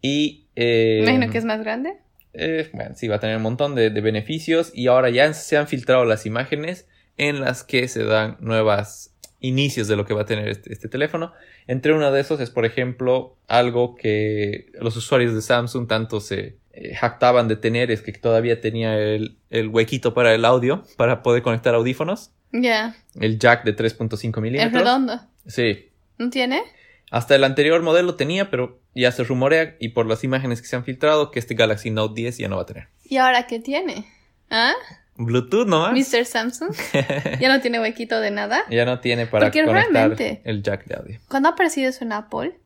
C: Y. eh,
A: Imagino que es más grande.
C: eh, bueno, sí, va a tener un montón de, de beneficios. Y ahora ya se han filtrado las imágenes en las que se dan nuevas inicios de lo que va a tener este, este teléfono. Entre uno de esos es, por ejemplo, algo que los usuarios de Samsung tanto se eh, jactaban de tener, es que todavía tenía el, el huequito para el audio, para poder conectar audífonos.
A: Ya.
C: El jack de 3.5
A: Es
C: milímetros.
A: redondo.
C: Sí.
A: ¿No tiene?
C: Hasta el anterior modelo tenía, pero ya se rumorea y por las imágenes que se han filtrado que este Galaxy Note 10 ya no va a tener.
A: ¿Y ahora qué tiene? ¿Ah?
C: Bluetooth nomás.
A: Mr. Samsung. Ya no tiene huequito de nada.
C: ya no tiene para
A: Porque
C: conectar
A: realmente-
C: el jack de audio.
A: Cuando ha aparecido eso en Apple,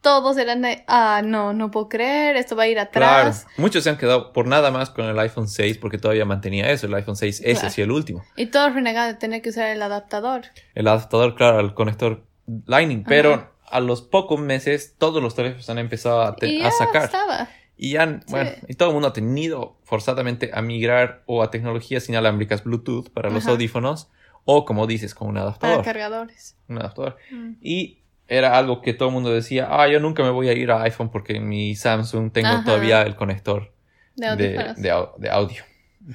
A: todos eran de, ah, no, no puedo creer, esto va a ir atrás.
C: Claro. Muchos se han quedado por nada más con el iPhone 6 porque todavía mantenía eso, el iPhone 6S
A: Claro.
C: sí el último.
A: Y todos renegados de tener que usar el adaptador.
C: El adaptador, claro, al conector Lightning,
A: Ajá.
C: pero a los pocos meses todos los teléfonos han empezado a, te-
A: y ya
C: a sacar.
A: estaba.
C: Y han,
A: Sí.
C: bueno, y todo el mundo ha tenido forzadamente a migrar o a tecnologías inalámbricas Bluetooth para los
A: Ajá.
C: audífonos o como dices, con un
A: Para
C: adaptador,
A: cargadores.
C: un adaptador.
A: Mm.
C: Y era algo que todo el mundo decía, ah, yo nunca me voy a ir a iPhone porque en mi Samsung tengo
A: Ajá.
C: todavía el conector
A: De
C: de,
A: audífonos.
C: de au- de audio.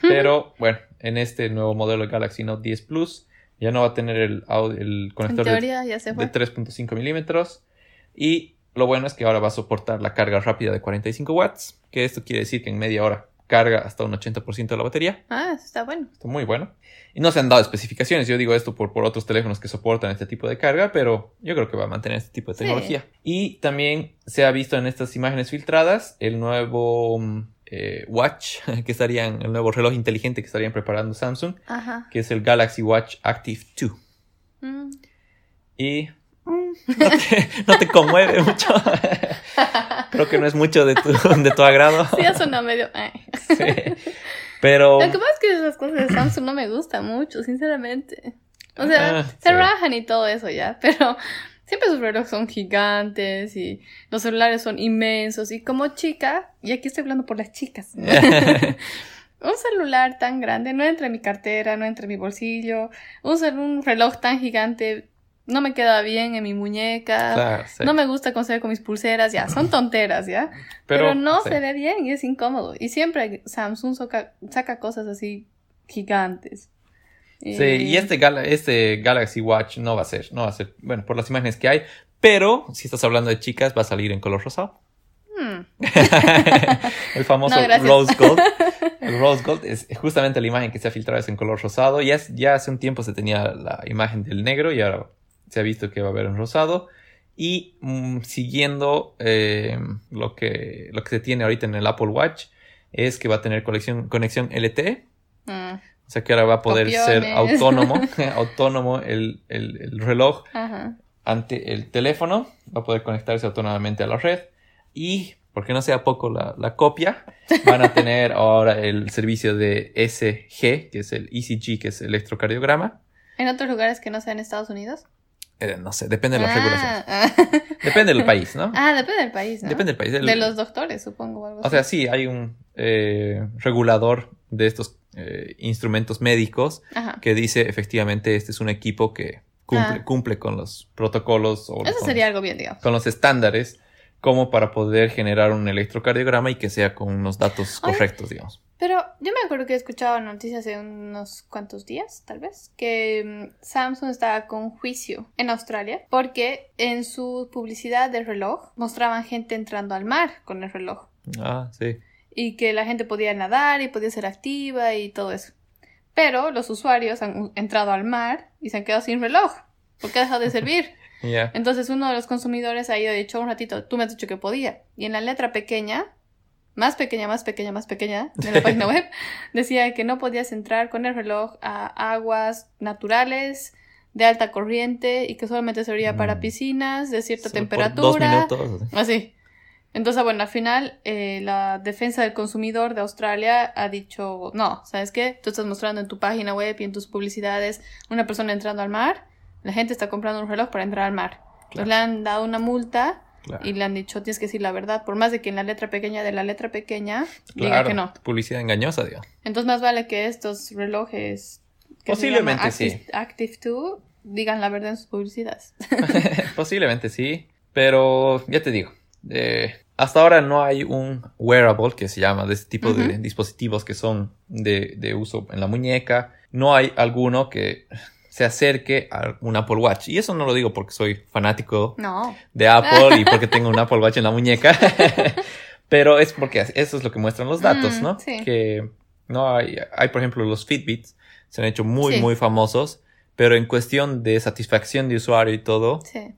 C: Pero bueno, en este nuevo modelo Galaxy Note 10 Plus ya no va a tener el, au- el
A: En
C: conector de
A: teoría ya se fue.
C: de 3.5 milímetros. Y lo bueno es que ahora va a soportar la carga rápida de 45 watts, que esto quiere decir que en media hora carga hasta un 80% de la batería.
A: Ah, eso está bueno.
C: Esto muy bueno. Y no se han dado especificaciones, yo digo esto por, por otros teléfonos que soportan este tipo de carga, pero yo creo que va a mantener este tipo de
A: Sí.
C: tecnología. Y también se ha visto en estas imágenes filtradas el nuevo mm, eh, watch que estarían, el nuevo reloj inteligente que estarían preparando Samsung,
A: Ajá.
C: que es el Galaxy Watch Active 2.
A: Mm.
C: Y no te, no te conmueve mucho. Creo que no es mucho de tu, de tu agrado.
A: Sí, eso no medio. eh.
C: Sí. Pero
A: Lo que pasa es que esas cosas de Samsung no me gustan mucho, sinceramente. O sea,
C: Ah,
A: se
C: sí.
A: rajan y todo eso ya, pero siempre sus relojes son gigantes y los celulares son inmensos. Y como chica, y aquí estoy hablando por las chicas, Un celular tan grande no entra en mi cartera, no entra en mi bolsillo. Un, cel- un reloj tan gigante no me queda bien en mi muñeca.
C: Claro, Ah, sí.
A: ah, No me gusta cómo se ve con mis pulseras, ya. Son tonteras, ya. Pero, no
C: sí.
A: se ve bien y es incómodo. Y siempre Samsung soca- saca cosas así gigantes. Eh,
C: Sí, y este, Gala- este Galaxy Watch no va a ser, no va a ser, bueno, por las imágenes que hay, pero si estás hablando de chicas, va a salir en color rosado.
A: Hmm.
C: el famoso
A: No, gracias.
C: Rose Gold. El Rose Gold es justamente la imagen que se ha filtrado, es en color rosado. Ya, es- ya hace un tiempo se tenía la imagen del negro y ahora se ha visto que va a haber un rosado. Y mm, siguiendo eh, lo, que, lo que se tiene ahorita en el Apple Watch, es que va a tener colección, conexión LTE.
A: Mm,
C: O sea que ahora va a poder ser
A: Copiones.
C: autónomo, autónomo el, el- el reloj
A: ajá.
C: ante el teléfono, va a poder conectarse autónomamente a la red y, porque no sea poco la, la copia, van a tener ahora el servicio de SG, que es el ECG, que es electrocardiograma.
A: ¿En otros lugares que no sean Estados Unidos?
C: Eh, no sé, depende de
A: ah,
C: las regulaciones.
A: ah.
C: Depende del país, ¿no?
A: Ah, depende del país, ¿no?
C: Depende del país. El-
A: De los doctores, supongo. o algo
C: O sea,
A: así.
C: sí, hay un eh, regulador de estos eh, instrumentos médicos
A: Ajá.
C: que dice efectivamente este es un equipo que cumple,
A: Ah.
C: cumple con los protocolos o
A: Eso
C: con,
A: sería algo bien, digamos.
C: con los estándares como para poder generar un electrocardiograma y que sea con unos datos
A: Oye.
C: correctos, digamos.
A: Pero yo me acuerdo que he escuchado noticias hace unos cuantos días, tal vez, que mm, Samsung estaba con juicio en Australia porque en su publicidad del reloj mostraban gente entrando al mar con el reloj
C: Ah, sí.
A: y que la gente podía nadar y podía ser activa y todo eso. Pero los usuarios han u- entrado al mar y se han quedado sin reloj porque ha dejado de servir.
C: Ya.
A: Entonces uno de los consumidores ha ido y dicho un ratito, tú me has dicho que podía. Y en la letra pequeña, más pequeña, más pequeña, más pequeña de la página web, decía que no podías entrar con el reloj a aguas naturales de alta corriente y que solamente servía para
C: Mm.
A: piscinas de cierta
C: Solo por
A: temperatura.
C: dos minutos.
A: Así. Ah, Entonces, bueno, al final eh, la defensa del consumidor de Australia ha dicho, no, ¿sabes qué? Tú estás mostrando en tu página web y en tus publicidades una persona entrando al mar, la gente está comprando un reloj para entrar al mar. Entonces,
C: Claro.
A: le han dado una multa
C: Claro.
A: y le han dicho, tienes que decir la verdad, por más de que en la letra pequeña de la letra pequeña diga
C: Claro,
A: que no.
C: Publicidad engañosa, digamos.
A: Entonces, más vale que estos relojes... que se
C: Posiblemente
A: llaman
C: sí.
A: Active, Active 2 digan la verdad en sus publicidades.
C: Posiblemente sí, pero ya te digo, eh, hasta ahora no hay un wearable que se llama de este tipo de
A: Ujú.
C: dispositivos que son de, de uso en la muñeca. No hay alguno que se acerque a un Apple Watch. Y eso no lo digo porque soy fanático
A: No.
C: de Apple y porque tengo un Apple Watch en la muñeca. Pero es porque eso es lo que muestran los datos,
A: Mm,
C: ¿no?
A: sí.
C: Que no hay, hay, por ejemplo, los Fitbits, se han hecho muy,
A: Sí.
C: muy famosos, pero en cuestión de satisfacción de usuario y todo,
A: Sí.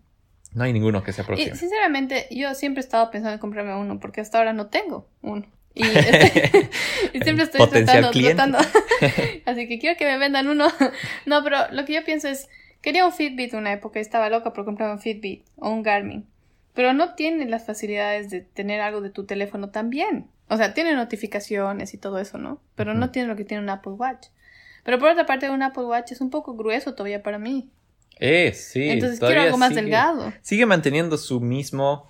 C: no hay ninguno que se aproxime.
A: Y sinceramente, yo siempre he estado pensando en comprarme uno, porque hasta ahora no tengo uno. Y, este- y siempre estoy
C: Potencial
A: tratando,
C: cliente.
A: tratando. Así que quiero que me vendan uno. No, pero lo que yo pienso es, quería un Fitbit una época, estaba loca por comprar un Fitbit o un Garmin. Pero no tiene las facilidades de tener algo de tu teléfono también. O sea, tiene notificaciones y todo eso, ¿no? Pero no
C: Ujú.
A: tiene lo que tiene un Apple Watch. Pero por otra parte, un Apple Watch es un poco grueso todavía para mí.
C: Eh, sí.
A: Entonces quiero
C: todavía
A: algo más
C: sigue-
A: delgado.
C: Sigue manteniendo su mismo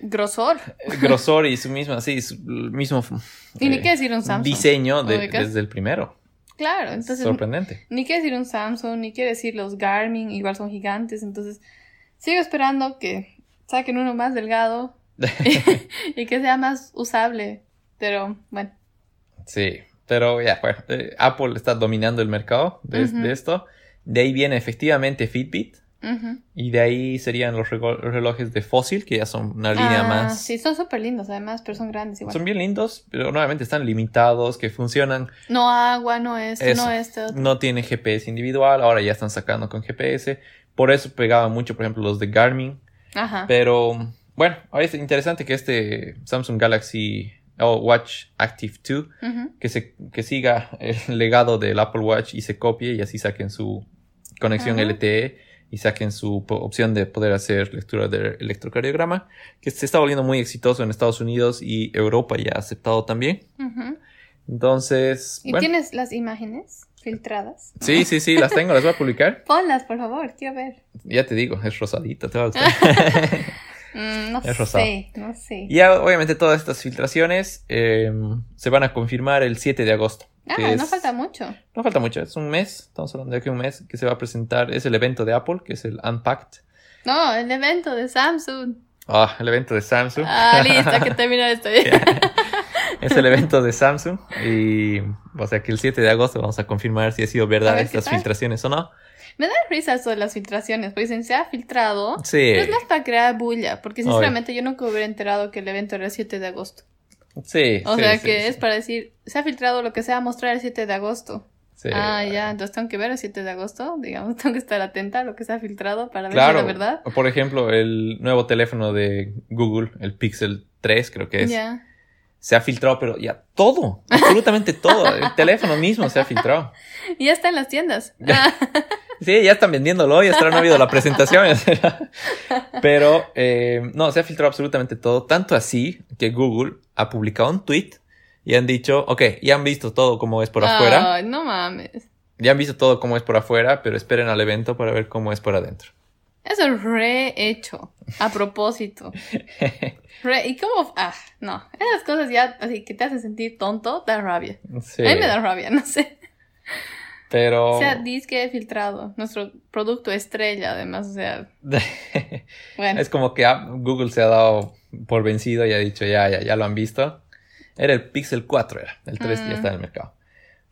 A: Grosor.
C: eh, grosor y su misma, sí, su mismo
A: Y ni
C: eh,
A: qué decir un Samsung.
C: diseño de-
A: Ubicas.
C: desde el primero.
A: Claro, entonces
C: Sorprendente.
A: ni quiere decir un Samsung, ni quiere decir los Garmin, igual son gigantes, entonces sigo esperando que saquen uno más delgado y que sea más usable, pero bueno,
C: Sí, pero ya, bueno, eh, Apple está dominando el mercado de,
A: Ujú.
C: de esto. De ahí viene efectivamente Fitbit.
A: ujú.
C: Y de ahí serían los rego- relojes de Fossil, que ya son una línea
A: Ah,
C: más.
A: Sí, son súper lindos además, pero son grandes igual.
C: Son bien lindos, pero nuevamente están limitados, que funcionan.
A: No agua, no esto,
C: Eso.
A: no esto.
C: No tienen GPS individual, ahora ya están sacando con GPS. Por eso pegaban mucho, por ejemplo, los de Garmin.
A: Ajá.
C: Pero bueno, ahora es interesante que este Samsung Galaxy oh, Watch Active 2
A: Ujú.
C: que, se, que siga el legado del Apple Watch y se copie y así saquen su conexión
A: Ajá.
C: LTE y saquen su po- opción de poder hacer lectura de electrocardiograma, que se está volviendo muy exitoso en Estados Unidos y Europa ya ha aceptado también.
A: Ujú.
C: Entonces,
A: ¿Y
C: bueno,
A: tienes las imágenes filtradas?
C: sí, sí, sí, las tengo, las voy a publicar.
A: Ponlas, por favor, quiero ver.
C: Ya te digo, es rosadita, te va a gustar.
A: Mm, no
C: Es rosado.
A: sé, no sé.
C: Y ya, obviamente todas estas filtraciones eh, se van a confirmar el 7 de agosto. que
A: Ah, no
C: es-
A: falta mucho.
C: No falta mucho, es un mes, estamos hablando de que un mes que se va a presentar, es el evento de Apple, que es el Unpacked.
A: No, el evento de Samsung.
C: Ah, el evento de Samsung.
A: Ah, listo, que termina esto.
C: es el evento de Samsung. Y, o sea, que el 7 de agosto vamos a confirmar si ha sido
A: A
C: verdad
A: ver qué
C: estas
A: tal.
C: filtraciones o no.
A: Me da risa eso de las filtraciones, porque dicen, se ha filtrado.
C: Sí,
A: Pero es más para crear bulla, porque sinceramente yo nunca hubiera enterado que el evento era el 7 de agosto.
C: sí.
A: O
C: sí,
A: sea
C: sí,
A: que
C: sí,
A: es para decir, se ha filtrado lo que sea mostrar el 7 de agosto.
C: sí.
A: ah, ya, entonces tengo que ver el 7 de agosto, digamos, tengo que estar atenta a lo que se ha filtrado para ver si
C: Claro,
A: es la verdad.
C: por ejemplo, el nuevo teléfono de Google, el Pixel 3 creo que es,
A: Ya.
C: se ha filtrado, pero ya todo, absolutamente todo, el teléfono mismo se ha filtrado.
A: Y ya está en las tiendas.
C: Ya. Sí, ya están vendiéndolo, ya estarán habido la presentación. Pero eh, no, se ha filtrado absolutamente todo, tanto así que Google ha publicado un tweet y han dicho, ok, ya han visto todo como es por
A: Ah.
C: afuera,
A: Ay, no mames.
C: ya han visto todo como es por afuera, pero esperen al evento para ver cómo es por adentro.
A: Eso es rehecho. A propósito. Re- ¿Y cómo? Ah, no. Esas cosas ya así que te hacen sentir tonto, da rabia.
C: Sí, Oh.
A: A mí me da rabia, no sé.
C: pero...
A: O sea, disque filtrado, nuestro producto estrella, además, o sea, bueno,
C: es como que ah, Google se ha dado por vencido y ha dicho, ya, ya, ya lo han visto. Era el Pixel 4, era. El 3
A: Mm.
C: ya está en el mercado.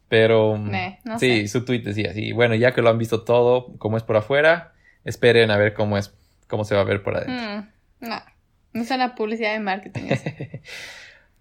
C: Pero... mm,
A: meh, no
C: sí,
A: sé.
C: su tweet decía así, bueno, ya que lo han visto todo, como es por afuera, esperen a ver cómo es, cómo se va a ver por adentro.
A: Mm, no, no es una publicidad de marketing. eso.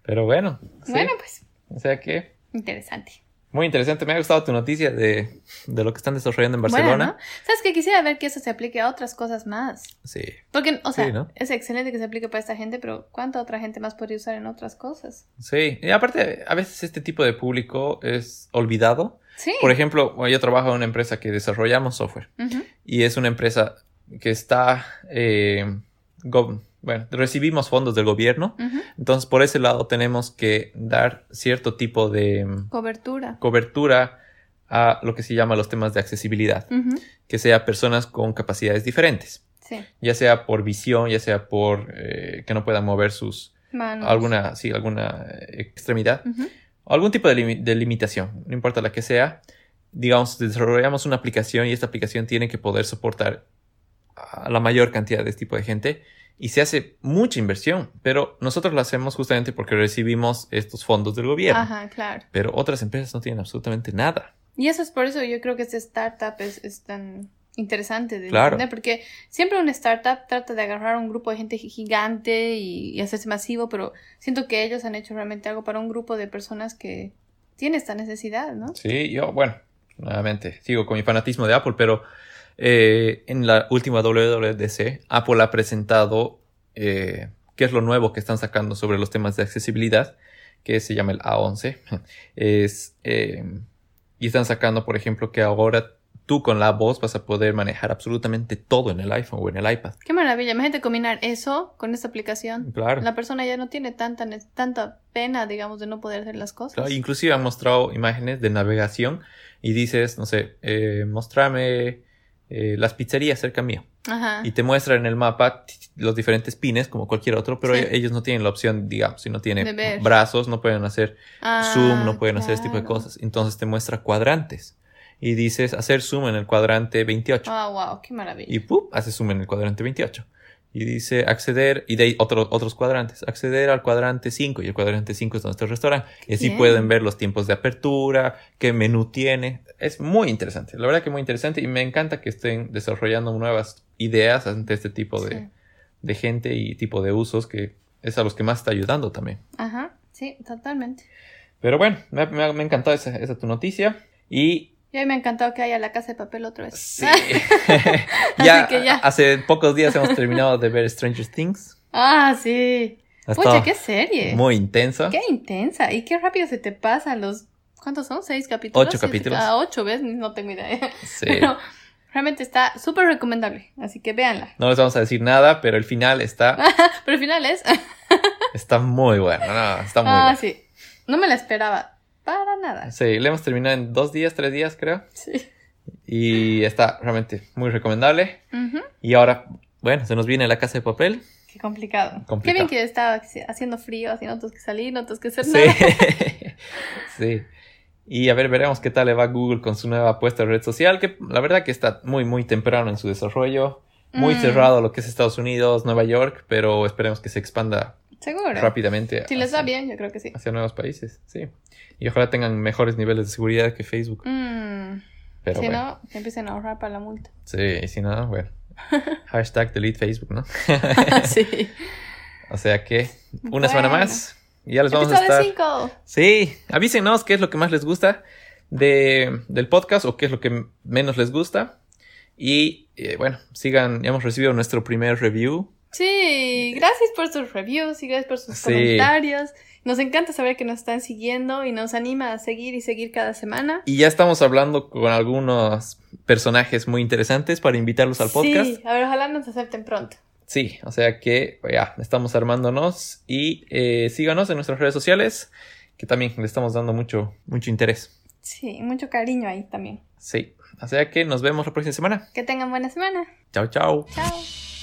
C: Pero bueno, sí,
A: Bueno, pues,
C: o sea que
A: interesante.
C: muy interesante, me ha gustado tu noticia de, de lo que están desarrollando en Barcelona.
A: Bueno, ¿no? ¿Sabes que Quisiera ver que eso se aplique a otras cosas más.
C: Sí,
A: Porque, o sea,
C: Sí, ¿no?
A: es excelente que se aplique para esta gente, pero ¿cuánta otra gente más podría usar en otras cosas?
C: sí. Y aparte, a veces este tipo de público es olvidado.
A: Sí.
C: Por ejemplo, yo trabajo en una empresa que desarrollamos software
A: Ujú.
C: y es una empresa que está, eh, go- bueno, recibimos fondos del gobierno
A: Ujú.
C: Entonces, por ese lado, tenemos que dar cierto tipo de mm,
A: Cobertura.
C: cobertura a lo que se llama los temas de accesibilidad,
A: Ujú.
C: que sea personas con capacidades diferentes,
A: Sí.
C: ya sea por visión, ya sea por eh, que no puedan mover sus
A: Manos.
C: alguna, sí, alguna eh, extremidad,
A: Ujú.
C: o algún tipo de, limi- de limitación, no importa la que sea. Digamos, desarrollamos una aplicación y esta aplicación tiene que poder soportar a la mayor cantidad de este tipo de gente y se hace mucha inversión, pero nosotros lo hacemos justamente porque recibimos estos fondos del gobierno.
A: Ajá, claro.
C: Pero otras empresas no tienen absolutamente nada.
A: Y eso es por eso yo creo que este startup es, es tan interesante de
C: Claro.
A: entender, porque siempre una startup trata de agarrar a un grupo de gente gi- gigante y, y hacerse masivo, pero siento que ellos han hecho realmente algo para un grupo de personas que tiene esta necesidad, ¿no?
C: Sí, yo, bueno, nuevamente, sigo con mi fanatismo de Apple, pero eh, en la última WWDC, Apple ha presentado eh, qué es lo nuevo que están sacando sobre los temas de accesibilidad, que se llama el A11. Es, eh, y están sacando, por ejemplo, que ahora tú con la voz vas a poder manejar absolutamente todo en el iPhone o en el iPad.
A: Qué maravilla, imagínate combinar eso con esta aplicación.
C: Claro.
A: Ah, La persona ya no tiene tanta, ne- tanta pena, digamos, de no poder hacer las cosas.
C: Claro, inclusive han mostrado imágenes de navegación y dices, no sé, eh, mostrame eh, las pizzerías cerca mío.
A: Ajá.
C: y te muestra en el mapa t- t- los diferentes pines como cualquier otro, pero
A: Sí.
C: e- ellos no tienen la opción, digamos, si no
A: De ver.
C: tienen brazos, no pueden hacer
A: Ah,
C: zoom, no pueden hacer este tipo de
A: claro.
C: cosas. Entonces te muestra cuadrantes y dices hacer zoom en el cuadrante 28
A: Ah, wow, qué maravilla.
C: y ¡pup! hace zoom en el cuadrante 28. Y dice acceder, y de ahí otro- otros cuadrantes, acceder al cuadrante 5, y el cuadrante 5 es donde está el restaurante. Y así
A: Bien.
C: pueden ver los tiempos de apertura, qué menú tiene. Es muy interesante, la verdad que muy interesante, y me encanta que estén desarrollando nuevas ideas ante este tipo de,
A: Sí.
C: de gente y tipo de usos que es a los que más está ayudando también.
A: Ajá, sí, totalmente.
C: Pero bueno, me, ha- me, ha- me ha encantado esa, esa tu noticia. Y
A: Y a mí me ha encantado que haya la casa de papel otra vez.
C: sí, ya,
A: Así que ya.
C: hace pocos días hemos terminado de ver Stranger Things.
A: Ah, sí.
C: Ha
A: Pucha,
C: estado
A: qué serie.
C: muy intensa.
A: Qué intensa. Y qué rápido se te pasan los. ¿Cuántos son? ¿Seis capítulos?
C: Ocho
A: Siete
C: capítulos.
A: ca- Ah, ocho, ¿ves? No tengo idea.
C: Sí.
A: Pero realmente está súper recomendable. Así que véanla.
C: No les vamos a decir nada, pero el final está,
A: Pero el final es.
C: está muy bueno. no, está muy
A: ah,
C: bueno.
A: sí. No me la esperaba. Para nada.
C: Sí, le hemos terminado en dos días, tres días, creo.
A: Sí.
C: Y está realmente muy recomendable.
A: Ujú.
C: Y ahora, bueno, se nos viene la casa de papel.
A: Qué complicado. Qué
C: Complicado.
A: bien que estaba haciendo frío, así no tienes que salir, no tienes que hacer
C: Sí.
A: nada.
C: sí. Y a ver, veremos qué tal le va a Google con su nueva apuesta de red social, que la verdad que está muy, muy temprano en su desarrollo. Muy
A: Mm,
C: cerrado lo que es Estados Unidos, Nueva York, pero esperemos que se expanda
A: Seguro.
C: rápidamente
A: Si les va
C: hacia-
A: bien, yo creo que sí.
C: hacia nuevos países. Sí. Y ojalá tengan mejores niveles de seguridad que Facebook.
A: Mm,
C: Pero
A: si
C: bueno.
A: no, que empiecen a ahorrar para la multa.
C: Sí, y si no, bueno. Hashtag delete Facebook, ¿no?
A: sí.
C: O sea que una semana
A: Bueno.
C: más. y Ya les vamos a
A: Episodio 5.
C: estar. Sí, avísenos qué es lo que más les gusta de, del podcast o qué es lo que m- menos les gusta. Y eh, bueno, sigan, ya hemos recibido nuestro primer review.
A: Sí, gracias por sus reviews y gracias por sus
C: Sí.
A: comentarios. Nos encanta saber que nos están siguiendo y nos anima a seguir y seguir cada semana.
C: Y ya estamos hablando con algunos personajes muy interesantes para invitarlos al podcast.
A: Sí, a ver, ojalá nos acepten pronto.
C: Sí, o sea que pues, ya estamos armándonos y eh, síganos en nuestras redes sociales, que también le estamos dando mucho, mucho interés.
A: Sí, mucho cariño ahí también.
C: Sí, o sea que nos vemos la próxima semana.
A: Que tengan buena semana.
C: Chao, chao.
A: Chao.